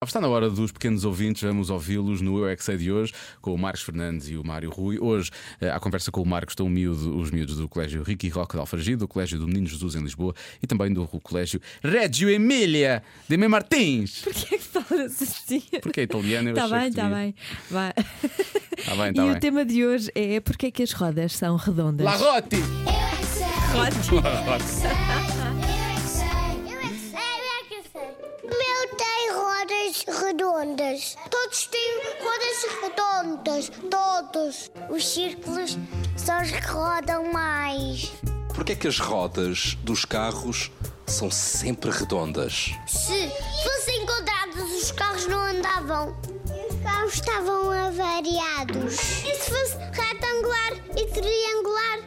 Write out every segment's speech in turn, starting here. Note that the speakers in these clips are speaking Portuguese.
Ah, Está na hora dos pequenos ouvintes, vamos ouvi-los no Eu é Que Sei de hoje, com o Marcos Fernandes e o Mário Rui. Hoje, eh, à conversa com o Marcos, estão o miúdo- os miúdos do Colégio Ricky Roque de Alfragido, do Colégio do Menino Jesus em Lisboa e também do Colégio Reggio Emília de Mem Martins. Porquê é que falas assim? Porque é italiano, eu Está achei bem, que está devia. Então bem. Vai. Está bem, e está o bem. tema de hoje é porquê é que as rodas são redondas? La Rotti! Meu tem rodas redondas. Todos têm rodas redondas. Todos. Os círculos são os que rodam mais. Porquê é que as rodas dos carros são sempre redondas? Se fossem quadrados, os carros não andavam. Os carros estavam avariados. E se fosse retangular e triangular,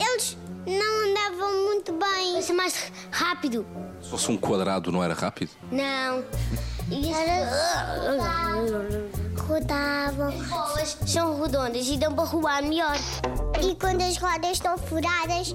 eles não andavam muito bem. Isso é mais rápido. Se fosse um quadrado, não era rápido? Não. Rodavam. As bolas são redondas e dão para rolar melhor. E quando as rodas estão furadas,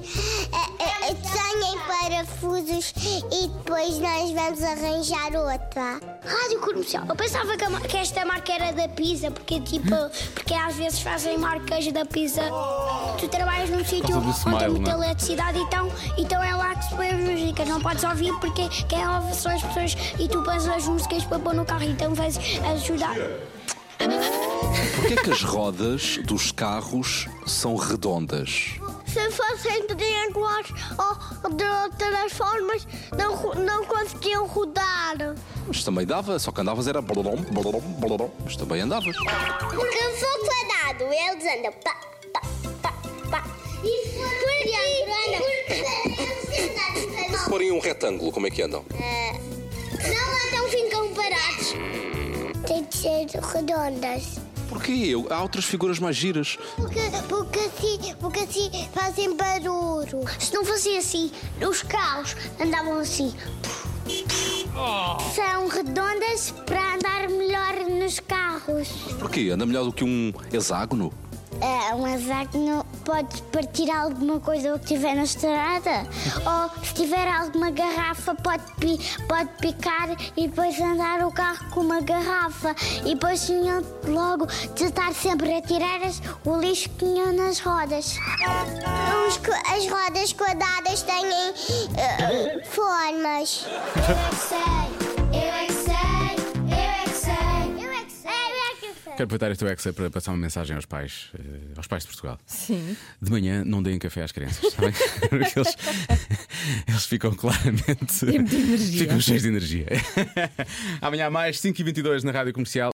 é, é, desenhem parafusos e depois nós vamos arranjar outra. Rádio comercial. Eu pensava que, a ma- que esta marca era da pizza, porque tipo, Hum? porque às vezes fazem marcas da pizza. Oh! Tu trabalhas num sítio do onde smile, tem muita não é? eletricidade, então, então é lá que se põe as músicas. Não podes ouvir porque quem ouve são as pessoas e tu pões as músicas para pôr no carro, então vais ajudar. Porquê é que as rodas dos carros são redondas? Se fossem triangulares ou de outras formas, não, não conseguiam rodar. Mas também dava, só que andavas era blolom, blolom, blolom. Mas também andavas. Porque eu sou quadrado, eles andam pá, pá, pá, pá. E um porque, Porem um retângulo, como é que andam? não andam, ficam parados. Tem de ser redondas. Porquê eu? Há outras figuras mais giras. Porque, porque, assim, porque assim fazem barulho. Se não fossem assim, os carros andavam assim. São redondas para andar melhor nos carros. Porquê? Anda melhor do que um hexágono? É, um hexágono pode partir alguma coisa que tiver na estrada. Ou se tiver alguma garrafa, pode, pi- pode picar e depois andar o carro com uma garrafa. E depois tinham logo de estar sempre a tirar as- o lixo que tinham nas rodas. As rodas quadradas têm eh, formas. Eu é que sei, eu é que sei, eu é que sei, eu é que sei, eu é que sei. Quero aproveitar este UXA para passar uma mensagem aos pais, eh, aos pais de Portugal. Sim. De manhã não deem café às crianças, está bem? Porque eles, eles ficam claramente. muita energia. Ficam cheios de energia. Amanhã há mais, 5h22 na rádio comercial.